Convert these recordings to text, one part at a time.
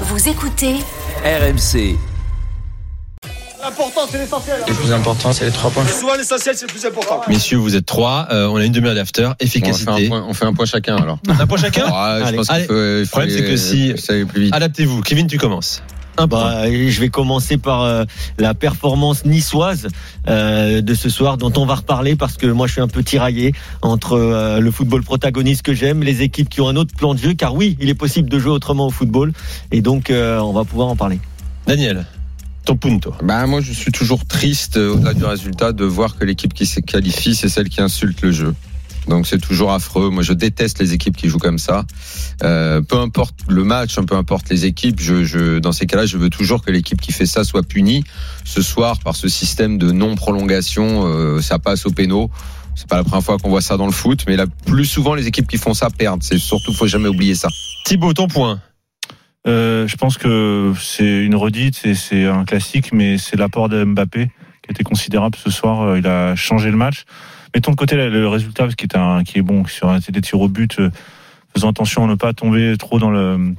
Vous écoutez RMC. L'important, c'est l'essentiel. Le plus important, c'est les trois points. Souvent, l'essentiel, c'est le plus important. Messieurs, vous êtes trois. euh, on a une demi-heure d'after. On fait, un Efficacité. point, on fait un point chacun alors. Un point chacun Ah, je Allez. pense qu'il Allez. faut- il Le faut problème, c'est aller- que si- ça aille plus vite. Adaptez-vous. Kevin, tu commences. Un point. Bah, je vais commencer par euh, la performance niçoise euh, de ce soir, dont on va reparler parce que moi je suis un peu tiraillé entre euh, le football protagoniste que j'aime, les équipes qui ont un autre plan de jeu, car oui, il est possible de jouer autrement au football, et donc euh, on va pouvoir en parler. Daniel, ton punto. Bah, moi, je suis toujours triste euh, au-delà du résultat de voir que l'équipe qui se qualifie, c'est celle qui insulte le jeu. Donc c'est toujours affreux. Moi, je déteste les équipes qui jouent comme ça. Euh, peu importe le match, hein, peu importe les équipes, je, je, dans ces cas-là, je veux toujours que l'équipe qui fait ça soit punie. Ce soir, par ce système de non-prolongation, euh, ça passe au pénal. C'est pas la première fois qu'on voit ça dans le foot, mais là, plus souvent, les équipes qui font ça perdent. C'est surtout, faut jamais oublier ça. Thibaut, ton point. Euh, je pense que c'est une redite, c'est- c'est un classique, mais c'est l'apport de Mbappé qui était considérable ce soir. Euh, Il a changé le match. Mettons de côté là, le résultat, parce qu'il est, un- qui est bon, sur un- c'est des tirs au but, euh, faisant attention à ne pas tomber trop dans, le,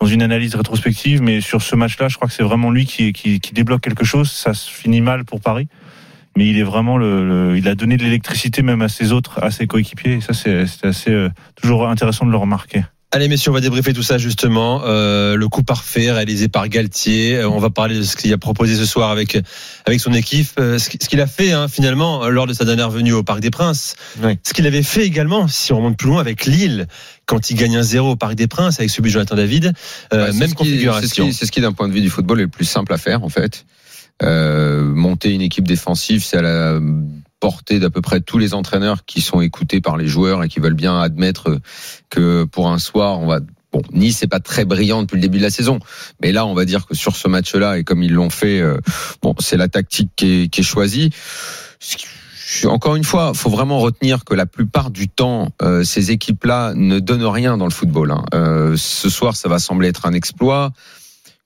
dans une analyse rétrospective. Mais sur ce match-là, je crois que c'est vraiment lui qui, qui, qui débloque quelque chose. Ça se finit mal pour Paris. Mais il est vraiment le, le- il a donné de l'électricité même à ses autres, à ses coéquipiers. Et ça, c'est c'est assez euh, toujours intéressant de le remarquer. Allez, messieurs, on va débriefer tout ça justement. Euh, le coup parfait réalisé par Galtier. Euh, on va parler de ce qu'il a proposé ce soir avec avec son équipe, Euh, ce qui- ce qu'il a fait hein, finalement lors de sa dernière venue au Parc des Princes. Oui. Ce qu'il avait fait également, si on remonte plus loin, avec Lille quand il gagne un 0 au Parc des Princes avec celui de Jonathan David. Euh, Ouais, c'est même ce qui- c'est ce configuration. qui- C'est ce qui, d'un point de vue du football, est le plus simple à faire, en fait. Euh, monter une équipe défensive, c'est à la portée d'à peu près tous les entraîneurs qui sont écoutés par les joueurs et qui veulent bien admettre que pour un soir, on va. Bon, Nice n'est pas très brillant depuis le début de la saison, mais là, on va dire que sur ce match-là, et comme ils l'ont fait, euh, bon, c'est la tactique qui est, qui est choisie. Ce qui- je- Encore une fois, faut vraiment retenir que la plupart du temps, euh, ces équipes-là ne donnent rien dans le football. hein. Euh, ce soir, ça va sembler être un exploit.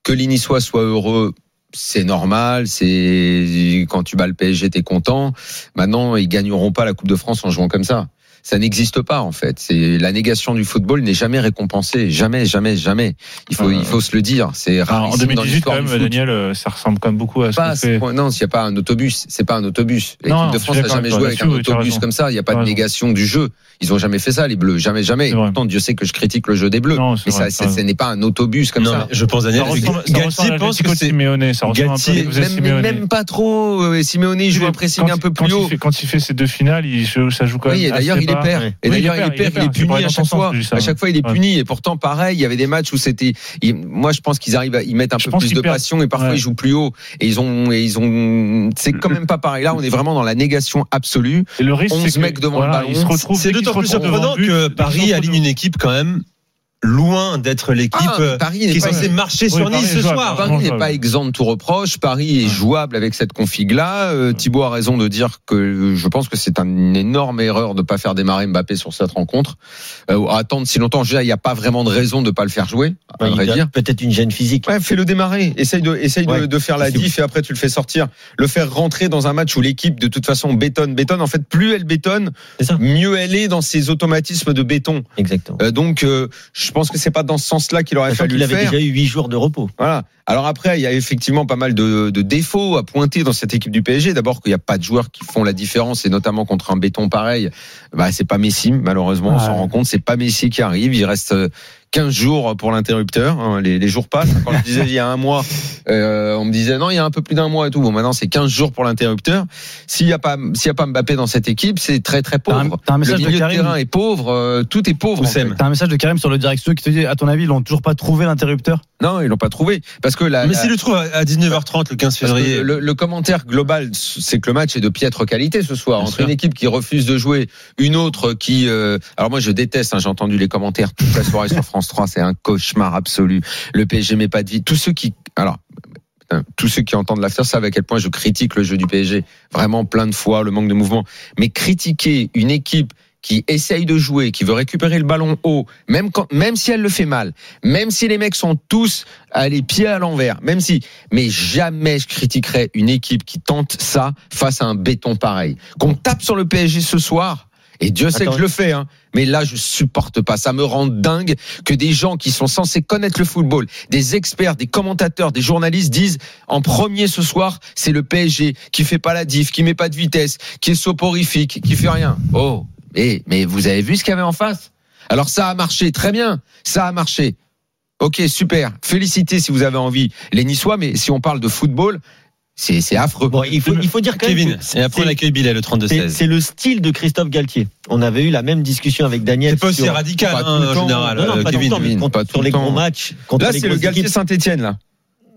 Que les Niçois soient heureux, c'est normal. C'est quand tu bats le PSG, t'es content. Maintenant, ils gagneront pas la Coupe de France en jouant comme ça. Ça n'existe pas en fait. C'est la négation du football n'est jamais récompensée, jamais, jamais, jamais. Il faut, Euh, il faut se le dire. C'est Ah, rare. en 2018, quand même, Daniel, euh, ça ressemble quand même beaucoup à ce Pas à qu'on ce fait. point- non, s'il n'y a pas un autobus, c'est pas un autobus. Non, L'équipe de je suis France n'a d'accord jamais avec toi, joué avec un là-dessus, oui, t'as autobus raison. comme ça. Il n'y a pas T'as de raison. négation du jeu. Ils ont jamais fait ça, les Bleus. Jamais, jamais. C'est vrai. Pourtant, Dieu sait que je critique le jeu des Bleus. Non, c'est mais vrai, ça, t'as c'est- ce raison. n'est pas un autobus comme non, ça. mais je pense Ça Daniel. ressemble, ça ressemble Galtier à pense que l'Atlético de c'est Simeone, ça ressemble Galtier, un peu à ce que faisait Même, Simeone. même pas trop. euh, Simeone il joue un pressing Quand un il- peu quand plus il haut. fait- ah, quand il fait ses deux finales, il, joue- ça joue quand même. Oui, et d'ailleurs, assez il est bas. perd. Et Oui, d'ailleurs, il est perd, il est c'est vrai, puni à dans chaque ton sens, fois. j'ai vu ça, À ouais. chaque fois, il est Ouais. puni. Et pourtant, pareil, il y avait des matchs où c'était. il- Moi, je pense qu'ils arrivent à y mettre un Je peu pense plus qu'ils de perdent. passion et parfois Ouais. ils jouent plus haut. Et ils ont. Et ils ont. C'est quand même pas pareil. Là, on est vraiment dans la négation absolue. Et le risque, 11 c'est que, mecs devant voilà, le ballon. Il se retrouve. C'est dès qu'il d'autant se plus retrouve devant surprenant le but, que dès qu'il se Paris retrouve aligne devant- une équipe quand même loin d'être l'équipe Ah, euh, Paris qui n'est est pas, censée marcher Oui, sur Paris Nice est ce jouable. soir. Paris n'est pas exempt de tout reproche. Paris est jouable avec cette config-là. Euh, Thibaut a raison de dire que euh, je pense que c'est un- une énorme erreur de ne pas faire démarrer Mbappé sur cette rencontre. Euh, ou attendre si longtemps. Je veux dire, Il n'y a pas vraiment de raison de ne pas le faire jouer, à Enfin, vrai il y a dire. Peut-être une gêne physique. Ouais, fais-le démarrer. Essaye de, essaye de, Ouais, de faire la possible. diff et après tu le fais sortir. Le faire rentrer dans un match où l'équipe de toute façon bétonne, bétonne. En fait, plus elle bétonne, C'est ça. mieux elle est dans ses automatismes de béton. Exactement. Euh, donc, euh, je pense que c'est pas dans ce sens-là qu'il aurait Sachant fallu qu'il le avait faire. déjà eu 8 jours de repos. Voilà. Alors après, il y a effectivement pas mal de, de défauts à pointer dans cette équipe du PSG. D'abord qu'il n'y a pas de joueurs qui font la différence et notamment contre un béton pareil. Bah, c'est pas Messi, malheureusement, on s'en rend compte. C'est pas Messi qui arrive. Il reste euh, 15 jours pour l'interrupteur. hein. Les, les jours passent. Quand je disais il y a un mois, euh, on me disait non, il y a un peu plus d'un mois et tout. Bon, maintenant c'est 15 jours pour l'interrupteur. S'il n'y a pas, s'il y a pas Mbappé dans cette équipe, c'est très très T'as un, pauvre. t'as un Le message de milieu de Karim. terrain est pauvre. euh, tout est pauvre. en fait. T'as un message de Karim sur le direct studio qui te dit, à ton avis, ils l'ont toujours pas trouvé l'interrupteur Non, ils l'ont pas trouvé. Parce que la, Mais la- s'il le trouve à- à 19h30 le 15 parce que février. le, le commentaire global, c'est que le match est de piètre qualité ce soir. Bien entre sûr. une équipe qui refuse de jouer, une autre qui... euh, alors moi je déteste, hein, j'ai entendu les commentaires toute la soirée sur France 3, c'est un cauchemar absolu. Le PSG met pas de vie. Tous ceux qui... Alors, putain, tous ceux qui entendent l'after savent à quel point je critique le jeu du PSG. Vraiment plein de fois, le manque de mouvement. Mais critiquer une équipe qui essaye de jouer, qui veut récupérer le ballon haut, même, quand, même si elle le fait mal, même si les mecs sont tous à les pieds à l'envers, même si... Mais jamais je critiquerai une équipe qui tente ça face à un béton pareil. Qu'on tape sur le PSG ce soir, et Dieu sait Attends. que je le fais, hein, mais là je supporte pas. Ça me rend dingue que des gens qui sont censés connaître le football, des experts, des commentateurs, des journalistes disent en premier ce soir, c'est le PSG qui fait pas la diff, qui met pas de vitesse, qui est soporifique, qui fait rien. Oh, mais, mais vous avez vu ce qu'il y avait en face Alors ça a marché, très bien, ça a marché. Ok, super. Félicitez si vous avez envie les Niçois, mais si on parle de football, c'est c'est affreux. Bon, il faut, il faut dire quand même Kevin, que et après on c'est- accueille Bilal le 32 c'est 16. c'est le style de Christophe Galtier. On avait eu la même discussion avec Daniel. C'est pas aussi sur- radical pas hein, tout le en temps. général. Non, non, euh, pas tout le Kevin. temps, mais Kevin, contre- pas tout sur le les temps. gros matchs. contre Là, les c'est le grosses Galtier équipes. Saint-Etienne, là.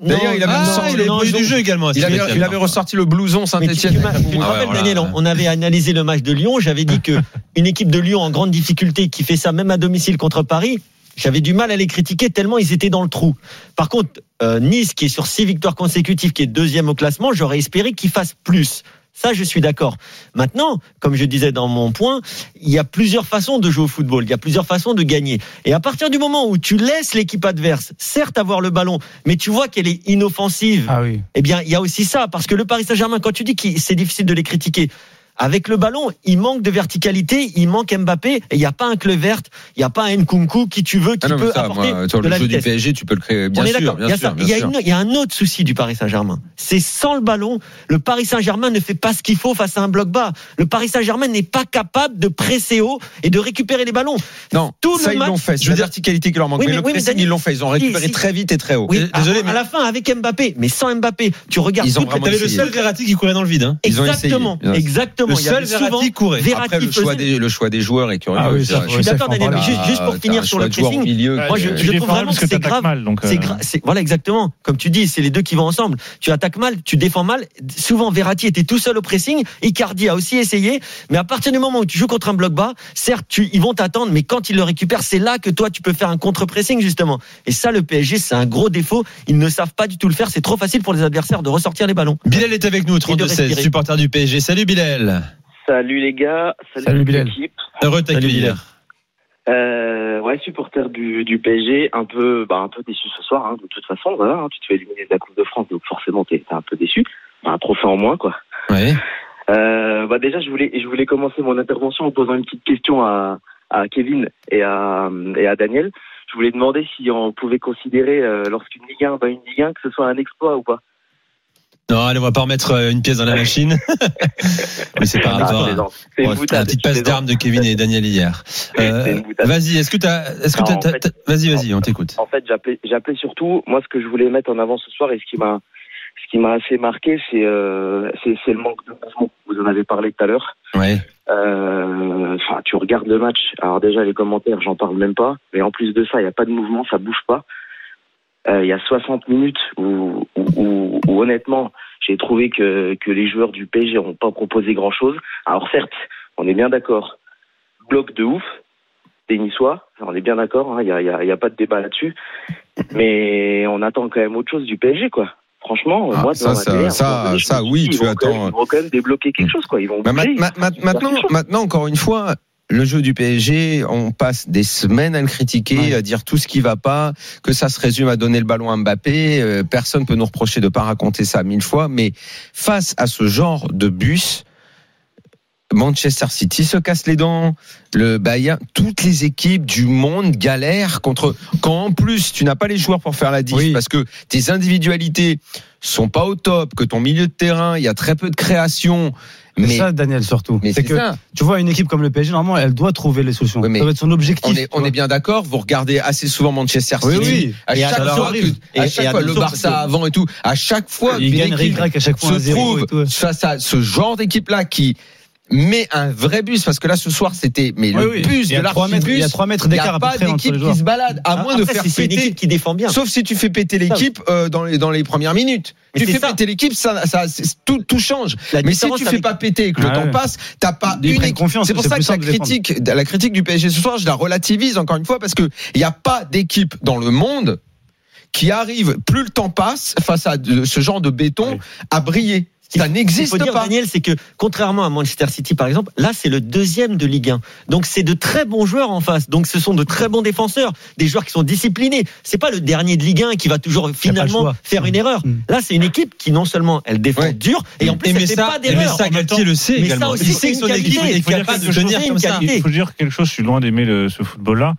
D'ailleurs, Non, il avait ah, le Ah, sens, non, il est non, venu non, du jeu également. à Il avait, Saint-Étienne. il avait ressorti le blouson Mais tu, tu Saint-Etienne. m'as- tu me Ah ouais, rappelles, voilà. Daniel, on- on avait analysé le match de Lyon. J'avais dit que une équipe de Lyon en grande difficulté qui fait ça même à domicile contre Paris, j'avais du mal à les critiquer tellement ils étaient dans le trou. Par contre, euh, Nice qui est sur six victoires consécutives, qui est deuxième au classement, j'aurais espéré qu'ils fassent plus. Ça, je suis d'accord. Maintenant, comme je disais dans mon point, il y a plusieurs façons de jouer au football, il y a plusieurs façons de gagner. Et à partir du moment où tu laisses l'équipe adverse, certes avoir le ballon, mais tu vois qu'elle est inoffensive, Ah oui. eh bien, il y a aussi ça, parce que le Paris Saint-Germain, quand tu dis que c'est difficile de les critiquer, avec le ballon, il manque de verticalité, il manque Mbappé, et il n'y a pas un Clevert, il n'y a pas un Nkunku, qui tu veux, qui Ah non, mais peut ça, apporter euh, moi, sur de le la jeu du vitesse. PSG, tu peux le créer. Bien On est sûr, d'accord, il y bien a ça. sûr. Il y, bien a sûr. une- il y a un autre souci du Paris Saint-Germain. C'est sans le ballon, le Paris Saint-Germain ne fait pas ce qu'il faut face à un bloc bas. Le Paris Saint-Germain n'est pas capable de presser haut et de récupérer les ballons. Non, Tout ça, le ils match- l'ont fait. je Je veux veux dire- dire, l'article qui leur manque. Oui, mais, mais- le oui, mais pressing, Daniel- ils l'ont fait. Ils ont récupéré si- très vite et très haut. Oui, à, désolé, à mais- la fin, avec Mbappé, mais sans Mbappé, tu regardes Ils ont toutes les vraiment T'avais le essayé. seul Verratti qui courait dans le vide. hein. Ils ont Exactement, essayé. exactement. Le Il y avait seul souvent- Verratti courait. Verratti Après, le choix, faisait- des, le choix des joueurs est curieux. Ah oui, aussi, ça, ouais. Je suis ça, d'accord, faut en Daniel, mais parler. juste, juste pour euh, Ah, finir t'as sur un le choix de joueur au pressing, milieu, moi, qui je- est- je trouve vraiment parce que que c'est t'attaques grave. mal. Donc, c'est euh, gra- c'est- voilà exactement comme tu dis, c'est les deux qui vont ensemble. Tu attaques mal, tu défends mal. Souvent Verratti était tout seul au pressing, Icardi a aussi essayé, mais à partir du moment où tu joues contre un bloc bas, certes tu- ils vont t'attendre, mais quand ils le récupèrent, c'est là que toi tu peux faire un contre-pressing justement. Et ça le PSG c'est un gros défaut, ils ne savent pas du tout le faire, c'est trop facile pour les adversaires de ressortir les ballons. Bilal est avec nous, 32-16, respirer. supporter du PSG. Salut Bilal. Salut les gars, salut, Salut, toute Bilal. l'équipe. Heureux de Salut, t'accueillir. Euh, ouais, supporter du, du PSG, un peu, bah, un peu déçu ce soir. hein, de toute façon, voilà, hein, tu te fais éliminer de la Coupe de France, donc forcément t'es t'es un peu déçu. Bah, un trophée en moins, quoi. Ouais. Euh, bah, déjà, je voulais, je voulais commencer mon intervention en posant une petite question à, à Kevin et à, et à Daniel. Je voulais demander si on pouvait considérer euh, lorsqu'une Ligue 1 bat une Ligue 1 que ce soit un exploit ou pas. Non, allez, on va pas remettre euh, une pièce dans la machine. Mais c'est par Ah, rapport je à plaisante. C'est une Ouais, c'était boutade, la petite je passe plaisante. d'armes de Kevin et Daniel hier. Euh, C'est une boutade. vas-y, est-ce que t'as, est-ce que Non, t'as, en t'as- fait- t'as- vas-y, vas-y, on t'écoute. En fait, j'appelais j'appelais surtout, moi, ce que je voulais mettre en avant ce soir et ce qui m'a ce qui m'a assez marqué, c'est euh, c'est c'est le manque de mouvement. Vous en avez parlé tout à l'heure. Ouais. Euh, Enfin, tu regardes le match. Alors déjà les commentaires, j'en parle même pas. Mais en plus de ça, il n'y a pas de mouvement, ça bouge pas. Euh, Il y a 60 minutes où, où, où- où, honnêtement, j'ai trouvé que que les joueurs du PSG n'ont pas proposé grand chose. Alors certes, on est bien d'accord, bloc de ouf, des Niçois, on est bien d'accord. hein. Il n'y a, y a pas de débat là-dessus. Mais on attend quand même autre chose du PSG, quoi. Franchement, Ah, moi, ça, devant la ça- télé, à un ça- moment donné, je ça, me suis oui, dit, tu ils vont quand même- attends. Ils vont quand même débloquer quelque chose, quoi. Ils vont Bah, ma- bouger, ma- ma- faire maintenant, quelque chose. maintenant, encore une fois, le jeu du PSG, on passe des semaines à le critiquer, à dire tout ce qui va pas, que ça se résume à donner le ballon à Mbappé. euh, personne peut nous reprocher de pas raconter ça mille fois, mais face à ce genre de bus, Manchester City se casse les dents, le Bayern, toutes les équipes du monde galèrent contre. Quand en plus tu n'as pas les joueurs pour faire la diff, Oui. parce que tes individualités sont pas au top, que ton milieu de terrain, il y a très peu de création. C'est Mais ça, Daniel, surtout. mais c'est c'est que ça. tu vois, une équipe comme le PSG, normalement, elle doit trouver les solutions. Oui, mais ça doit être son objectif. On est, tu on vois. est bien d'accord, vous regardez assez souvent Manchester Oui, City. oui. À Et à chaque leur fois, arrive. que- à Et- chaque et à fois leur le source, Barça parce que- avant et tout, à chaque fois, Il une gagne équipe Rigrac à chaque fois. se un zéro et trouve tout. face à ce genre d'équipe-là qui mais un vrai bus parce que là ce soir c'était mais le Oui, oui. bus Il y a de trois mètres- l'arquebus il y a trois mètres il y a d'écart à peu pas près entre d'équipe les qui joueurs. se balade à moins de Après, faire si Ah, c'est une péter équipe qui défend bien. Sauf si tu fais péter l'équipe euh, dans, les, dans les premières minutes. Mais tu c'est fais ça. péter l'équipe, ça, ça, c'est- tout, tout change. La Mais si différence tu fais avec- pas péter et que le Ah temps ouais. passe, t'as pas Ils une prennent équipe. confiance, C'est pour c'est ça plus que la simple de défendre. critique, la critique du PSG ce soir, je la relativise encore une fois parce que il n'y a pas d'équipe dans le monde qui arrive, plus le temps passe, face à de- ce genre de béton, Ouais. à briller. Ça Ce qu'il faut n'existe dire, pas. Daniel, c'est que contrairement à Manchester City par exemple, là c'est le deuxième de Ligue 1. Donc c'est de très bons joueurs en face. Donc ce sont de très bons défenseurs, des joueurs qui sont disciplinés. C'est pas le dernier de Ligue 1 qui va toujours finalement choix. faire une erreur. Mm. Là c'est une équipe qui non seulement elle défend Ouais. dur et en plus Et elle mais fait ça, pas et mais d'erreur. ça, Galtier le sait Mais ça également. aussi, Il c'est sait que une son équipe qualité. est Faut dire capable de quelque chose, tenir c'est comme une ça. qualité. Il Et- Il faut dire quelque chose, je suis loin d'aimer le- ce football-là.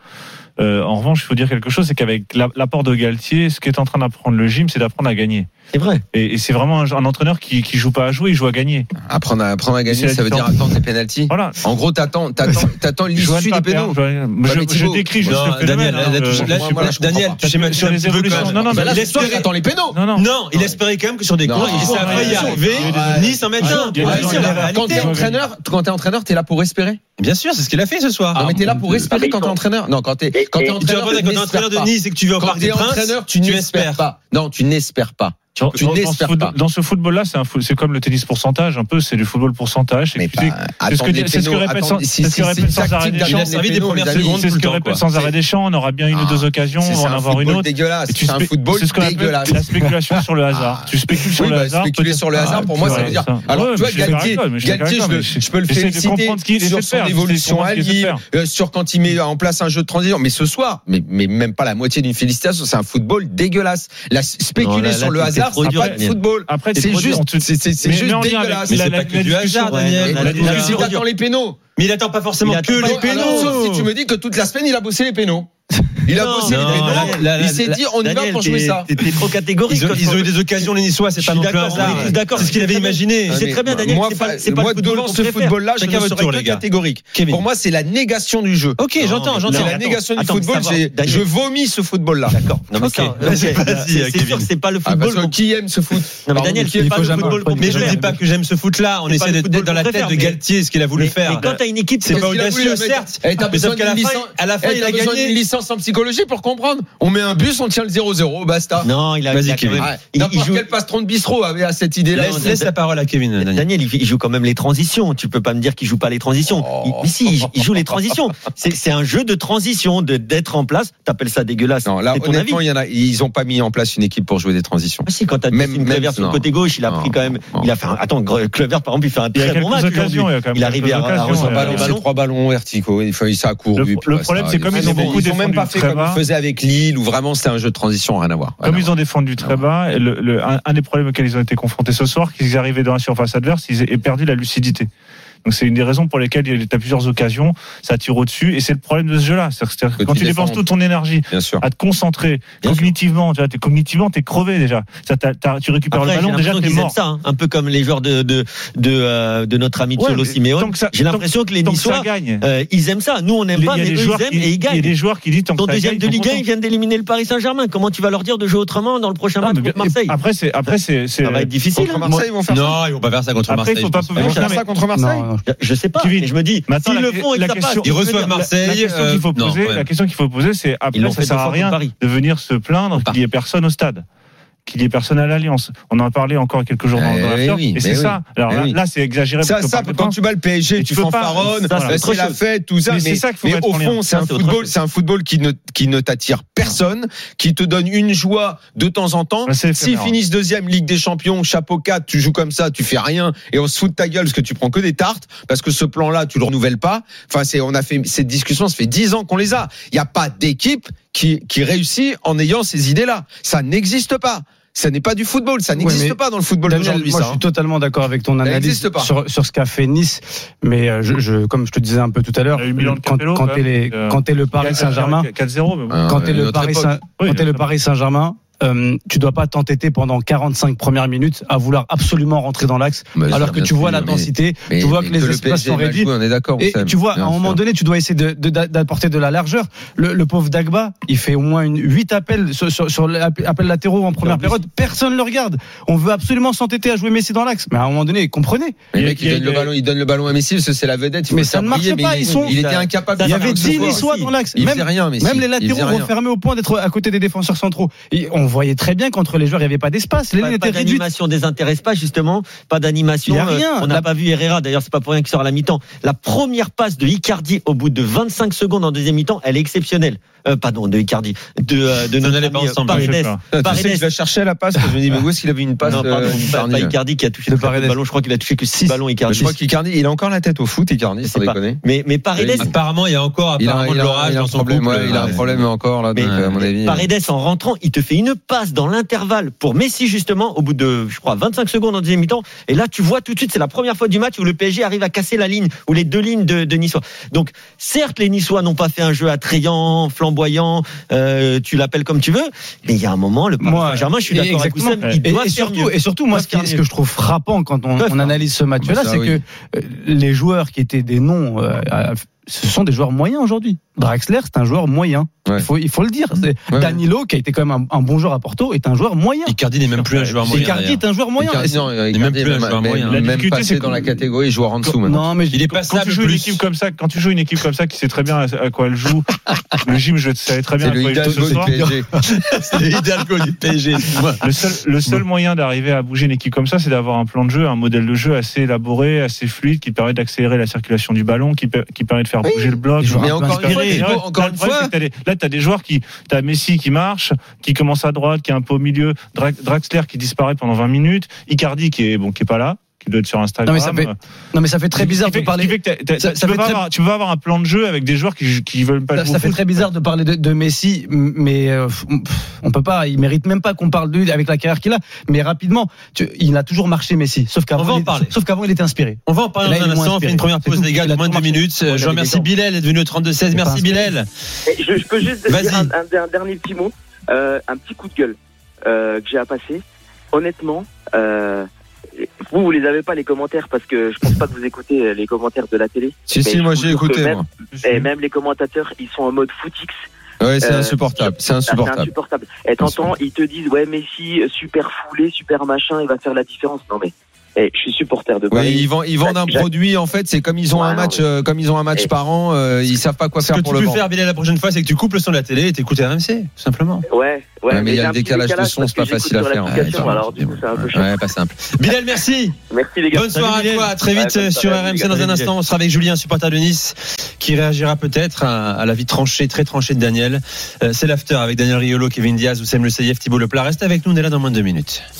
Euh, en revanche, il faut dire quelque chose, c'est qu'avec la- l'apport de Galtier, ce qu'est en train d'apprendre le gym, c'est d'apprendre à gagner. C'est vrai. Et, et c'est vraiment un, un entraîneur qui, qui joue pas à jouer, il joue à gagner. Apprendre à, apprendre à C'est gagner, la ça veut dire différence. attendre les pénalties. Voilà. En gros, t'attends, t'attends, t'attends Joanne l'issue des Papin, pénaux. Bah, Joanne- je, mais je Thibaut- décris juste Non, le Daniel, phénomène. là, hein, là, je- tu- je là, suis tu- pas- là, je comprends Daniel, pas. tu schématises Sur un les petit peu quand évolutions, même. non, non, Bah mais là, il ce soir, espérait- t'attends les pénaux. Non, non. Non, il espérait quand même que sur des Non, courses, il non, s'est y non, arriver. non, euh, non, Nice en mettre non, Ah un. non, Ouais, non, c'est non, la non, Quand réalité. t'es entraîneur, quand t'es entraîneur, t'es là pour espérer. Bien sûr, c'est ce qu'il a fait ce soir. Ah, mais t'es là pour espérer mais quand ils t'es sont- entraîneur. Non, quand t'es Et- quand et- t'es Tu vas entraîneur, voir, quand t'es entraîneur de n'espères pas. Nice et que tu vas au Quand Parc t'es des Princes, entraîneur, tu n'espères pas. Non, tu n'espères pas. Dans- Tu dans- dans n'espères ce foot- pas. Dans ce football-là, c'est un foot- c'est comme le tennis pourcentage, un peu, c'est du football pourcentage. et Mais tu sais- bah, c'est ce attendre que- les c'est ce que pénaux, répète attendre- sans- si- c'est ce si- si- que répète c'est sans une arrêt tactique Deschamps. d'attendre Il a servi les des pénaux, premières les amis. secondes. C'est ce que tout le temps, répète quoi. sans arrêt Deschamps, on aura bien une ou deux Ah, occasions, C'est on c'est va en un avoir une football autre. dégueulasse. Et tu Ah, C'est un spé- football c'est ce qu'on appelle dégueulasse. La spéculation sur le hasard. Ah. tu spécules sur Oui, le bah, hasard. spéculer peut-être- sur le Ah, hasard, pour tu moi, vois, ça veut dire. ça. Alors, Ouais, tu vois, mais je suis Galtier, d'accord, mais je suis Galtier, d'accord, je, le- mais je peux le j'essaie de féliciter comprendre ce qu'il essaie sur de son faire, évolution j'essaie de à comprendre ce qu'il essaie de Lille, euh, sur quand il met en place un jeu de transition. Mais ce soir, mais, mais même pas la moitié d'une félicitation, c'est un football dégueulasse. La, spéculer Non, là, là, sur le c'est hasard, trop c'est dur, pas de Daniel. football. Après, C'est trop dur, on juste, te- c'est- c'est- c'est mais- juste mais en lien avec dégueulasse. Mais la- c'est la- pas que la du discussion- hasard, Daniel. ouais, On l'a la- déjà la- dit. Si t'attends les pénaux. Mais il attend pas forcément Il que attend pas les que- pénaux. Alors, sauf si tu me dis que toute la semaine, il a bossé les pénaux. Il a Non, bossé les non, pénaux. Daniel, Il s'est dit, on y va Daniel, pour jouer t'es- ça. t'es- T'es trop catégorique. Ils ont, quand ils ont eu on- des occasions, les Niçois, c'est Je pas suis non plus un d'accord, hasard. on est tous d'accord. C'est ce qu'il avait imaginé. C'est Mais très bien, Daniel, Moi, c'est pas- fa- c'est pas le moi, football devant qu'on ce préfère. football-là, je Chacun ne votre serais tour, que les gars. catégorique. Kevin. Pour moi, c'est la négation du jeu. Ok, j'entends, mais j'entends. C'est la attends, négation du attends, football. ça va, c'est- Daniel. Je vomis ce football-là. D'accord. Non, mais euh, Ok. ça, Vas-y, ok. vas-y, C'est- C'est Kevin. sûr que c'est pas le Ah, parce football. que qu'on- qui aime ce foot Non, mais Pardon, Daniel, il c'est faut pas le jamais- football qu'on Mais Mais je Ouais, dis préfère. pas que j'aime ce foot-là. On C'est pas essaie le d'être football dans la qu'on tête de préfère, Galtier, ce qu'il a voulu Mais faire. mais quand t'as une équipe, C'est comme pas Qu'est-ce qu'il a voulu, audacieux, le mec certes. Eh, t'as Mais besoin sauf qu'à la d'une fin, licence- à la fin, Eh, il a t'as besoin d'une gagné. licence en psychologie pour comprendre. On met un bus, on tient le 0-0, basta. Non, il a. Vas-y, il a quand Kevin. même- Ouais. il- il N'importe joue- quel patron de bistrot avait à cette idée-là. Laisse, laisse la parole à Kevin, Daniel. Daniel, il il joue quand même les transitions. Tu peux pas me dire qu'il joue pas les transitions. Oh. Il- mais si, il- il joue les transitions. C'est c'est un jeu de transition, de d'être en place. T'appelles ça dégueulasse. Non, là, C'est ton avis. honnêtement, il y en a, ils ont pas mis en place une équipe pour jouer des transitions. Ah si, quand t'as Même- même, Clever même- sur le non. côté gauche, il a Non, pris quand même. non. Il a fait. Un, attends, Gre- Clever par exemple, il fait un Il y a très bon quelques match aujourd'hui. occasions, il y a quand même est arrivé quelques à, à occasions, Trois recevoir ouais. un ballons, c'est ballon. trois ballons verticaux. Il faut, ça a couru. Le- puis le basta. problème, c'est comme Ah, ils ont mais beaucoup ils ont même défendu pas fait très comme bas. ils faisaient avec Lille, où vraiment c'était un jeu de transition, rien à voir. Rien Comme à ils ont défendu très bas, et le, le- un, un des problèmes auxquels ils ont été confrontés ce soir, qu'ils arrivaient dans la surface adverse, ils aient perdu la lucidité. Donc c'est une des raisons pour lesquelles il y a plusieurs occasions, ça tire au-dessus, et c'est le problème de ce jeu-là. C'est-à-dire que Que quand tu tu, dépenses défends. toute ton énergie voir. Bien sûr. à te concentrer Bien cognitivement, tu vois, t'es cognitivement, t'es crevé déjà. Ça, t'as- t'as- tu récupères Après, le j'ai ballon, déjà l'impression t'es qu'ils aiment mort. ça, hein. un peu comme les joueurs de de de, euh, de notre ami Ouais, Solo mais Simeone. tant que ça- J'ai tant- l'impression que les Tant que ça Niçois, gagne. euh, ils aiment ça. Nous, on Il n'aime y a pas, mais des eux, joueurs ils aiment qui- et ils il y a gagnent. des joueurs qui disent tant que Ton ça deuxième de gagne, ils Ligue sont 1, contents. ils viennent d'éliminer le Paris Saint-Germain. Comment tu vas leur dire de jouer autrement dans le prochain Non, match mais bien- contre Marseille Après, euh, c'est après c'est c'est- Ça va être difficile. Contre hein. Marseille, ils vont faire ça. Non, ils vont pas faire ça contre Après, il Marseille. faut je pas pense. Ils vont non, faire mais- ça contre Marseille. Non, non. Je- Je sais pas. Kevin, Et je me dis, maintenant, s'ils la- le font et que la ça passe, question- Ils je veux reçoivent dire, la- Marseille. La question euh, qu'il faut non, poser, ouais. la question qu'il faut poser, c'est Ils après l'ont ça fait sert deux à fois rien contre Paris. de venir se plaindre Pas. qu'il y ait personne au stade. Qu'il y ait personne à l'Alliance. On en a parlé encore quelques jours dans, Eh dans la oui, fière, oui, Et mais oui. c'est ça. Alors Eh là, oui. là, c'est exagéré. Ça, parce que ça, par des quand points, tu bats le PSG, Et tu tu peux pas- fanfaronnes, ça, c'est euh, autre c'est la chose. fête, tout ça. Mais c'est Mais, ça qu'il faut mais mettre au en lien. fond, c'est Ça, un c'est autre football, chose. c'est un football qui ne, qui ne t'attire personne, qui te donne une joie de temps en temps. Ouais, c'est S'ils éphémère. finissent deuxième, Ligue des Champions, chapeau 4, tu joues comme ça, tu fais rien, et on se fout de ta gueule parce que tu prends que des tartes, parce que ce plan-là, tu le renouvelles pas. Enfin, c'est, on a fait, cette discussion, ça fait 10 ans qu'on les a. Il n'y a pas d'équipe qui, qui réussit en ayant ces idées-là. Ça n'existe pas. Ça n'est pas du football, ça n'existe mais pas dans le football Daniel, d'aujourd'hui, moi, ça. je hein. suis totalement d'accord avec ton analyse n'existe pas. sur, sur ce qu'a fait Nice, mais euh, je, je- comme je te disais un peu tout à l'heure, Il y a eu Milan de quand, Capello, quand quand t'es même. les- Euh, quand t'es le Paris Saint-Germain, 4-0, mais bon. Ah, quand t'es une le autre Paris époque. Saint- quand t'es Oui, le exactement. Paris Saint-Germain, euh, tu dois pas t'entêter pendant 45 premières minutes à vouloir absolument rentrer dans l'axe, Bah, c'est alors que bien tu vois sûr, la mais- densité, Mais- tu vois mais que les le espaces PSG sont mal réduits. joué, On est d'accord. Et Sam, tu vois, à bien un moment sûr. donné, tu dois essayer de- de- d'a- d'apporter de, la largeur. Le, le pauvre Dagba, il fait au moins une, 8 appels sur, sur, sur les app- appels latéraux en première Non, mais période. Personne ne le regarde. On veut absolument s'entêter à jouer Messi dans l'axe. Mais à un moment donné, comprenez. Mais Il y le a- mec, il il y a- donne le ballon, il donne le ballon à Messi, parce que c'est la vedette. il faut Mais le ça faire ne marche briller, mais pas, il- ils sont- Il était ça- incapable. ça- de Il y ça faire avait un marche truc 10 ce soir. Niçois dans l'axe. Il Même, faisait rien, Messi. même les Il latéraux faisait vont rien. fermer au point d'être à côté des défenseurs centraux. Et on voyait très bien qu'entre les joueurs, il n'y avait pas d'espace. Les lignes Pas, pas étaient réduites. d'animation désintéresse pas justement, pas d'animation. Il y a euh, rien. On n'a La- pas vu Herrera. D'ailleurs, c'est pas pour rien qu'il sort à la mi-temps. La première passe de Icardi au bout de 25 secondes en deuxième mi-temps, elle est exceptionnelle. Euh, pardon, de Icardi, de euh, de Ça notre n'allait pas ami, euh, ensemble, Paredes. je sais pas. Ah, Tu sais que Paredes. je la cherchais la passe, parce que je me dis, mais où est-ce qu'il avait une passe Non, euh, pardon, pas, Icardi, pas là Icardi qui a touché De le Paredes. ballon. Je crois qu'il a touché que 6 Six. ballons Icardi. Je crois Euh, qu'Icardi, il a encore la tête au foot, Icardi, sans C'est pas- déconner. Mais mais Paredes, Oui. Apparemment, il y a encore Il a, apparemment il de a- l'orage il a un dans son problème, couple. ouais, il a un Ouais. problème encore là, donc, Mais- euh, à mon avis. Paredes en rentrant, il te fait une passe dans l'intervalle pour Messi justement au bout de je crois 25 secondes en deuxième mi-temps et là tu vois tout de suite c'est la première fois du match où le PSG arrive à casser la ligne ou les deux lignes de, de Niçois. Donc certes les Niçois n'ont pas fait un jeu attrayant, flamboyant, euh, tu l'appelles comme tu veux, mais il y a un moment le Paris Moi, Saint-Germain, je suis d'accord avec exactement. Oussem, il Et, doit et faire surtout, mieux. et surtout, moi, Ils ce, qui- doivent ce faire que je trouve frappant quand on, Ils doivent on analyse ce match-là, Ah bah ça, c'est oui. que euh, les joueurs qui étaient des noms, euh, à- ce sont des joueurs moyens aujourd'hui. Draxler, c'est un joueur moyen. Ouais. Il, faut, il faut le dire. C'est- Ouais, ouais. Danilo, qui a été quand même un, un bon joueur à Porto, est un joueur moyen. Icardi n'est même plus un joueur moyen. Icardi d'ailleurs. est un joueur moyen. Icardi, non, Icardi même plus est un joueur moyen. La même difficulté, passé c'est dans que- la catégorie joueur en dessous maintenant. Non, mais je- Il est Quand passable tu joues une plus. équipe comme ça, quand tu joues une équipe comme ça qui sait très bien à- à quoi elle joue, le gym, je savais très bien C'est à le quoi il joue ce Hidalgo du soir. PSG. C'est Hidalgo du PSG. excuse-moi. Le seul, le seul moyen d'arriver à bouger une équipe comme ça, c'est d'avoir un plan de jeu, un modèle de jeu assez élaboré, assez fluide, qui permet d'accélérer la circulation du ballon, qui, per- qui permet de faire bouger le bloc. Mais qui Mais permet- encore une fois, Et Nico, ouais, encore là, une le problème, fois, c'est que t'as des- Là, t'as des joueurs qui. T'as Messi qui marche, qui commence à droite, qui est un peu au milieu, Dra- Draxler qui disparaît pendant 20 minutes, Icardi qui est, bon, qui est pas là, qui doit être sur Instagram. Non, mais ça fait- non, mais ça fait très Ce qui bizarre de fait- ce qui parler. fait que t'as- t'as- ça- tu ça peux fait pas très- avoir- Tu peux avoir un plan de jeu avec des joueurs qui, qui veulent pas Ça, jouer au ça fait foot. très bizarre de parler de, de Messi, m- mais euh, f- pff, on peut pas. Il mérite même pas qu'on parle de lui avec la carrière qu'il a. Mais rapidement, tu- il a toujours marché Messi, sauf On va qu'avant, en il- parler. sauf qu'avant, il était inspiré. On va en parler Et là, dans il un est moins instant. On fait une inspiré. première C'est pause, tout. les gars, Il de a moins de tout 2 marqué. minutes. Il Euh, a Je des remercie exemples. Bilal d'être venu au 32-16. pas Merci un Bilal. Et Je, je peux juste Vas-y. dire un, un- un dernier petit mot, euh, un petit coup de gueule euh, que j'ai à passer. Honnêtement, euh, vous, vous les avez pas les commentaires parce que je pense pas que vous écoutez euh, les commentaires de la télé. Si, Mais si, je moi vous j'ai jure que écouté. même- moi. Et Mhm. même les commentateurs, ils sont en mode footix. Ouais, c'est euh, insupportable. C'est Ah, C'est insupportable. insupportable. Et t'entends, ils te disent, ouais, Messi, euh, super foulé, super machin, il va faire la différence. Non mais, eh, je suis supporter de Ouais, Paris. ils vendent, ils vendent un Jacques- produit en fait. C'est comme ils ont Ouais, un non, match, mais- euh, comme ils ont un match Et- par an, euh, ils savent pas quoi Ce faire que pour tu le peux vendre. faire, Bilal, la prochaine fois, c'est que tu coupes le son de la télé et t'écoutes RMC, tout simplement. Ouais, ouais. Ouais, mais il y a j'ai le un petit décalage de son, parce c'est pas que j'écoute facile à sur faire, ouais, l'application, ouais, alors du coup, c'est un peu chiant. Ouais, pas simple. Bilal, merci. Merci les gars. Bonne soirée à toi, à très vite Ouais, bonne sur soirée, RMC. les gars. Dans un Salut, instant, on sera avec Julien, supporter de Nice, qui réagira peut-être à, à la vie tranchée, très tranchée de Daniel. Euh, C'est l'after avec Daniel Riolo, Kevin Diaz, Oussem Le Seyef, Thibault Leplat. Reste avec nous, on est là dans moins de deux minutes.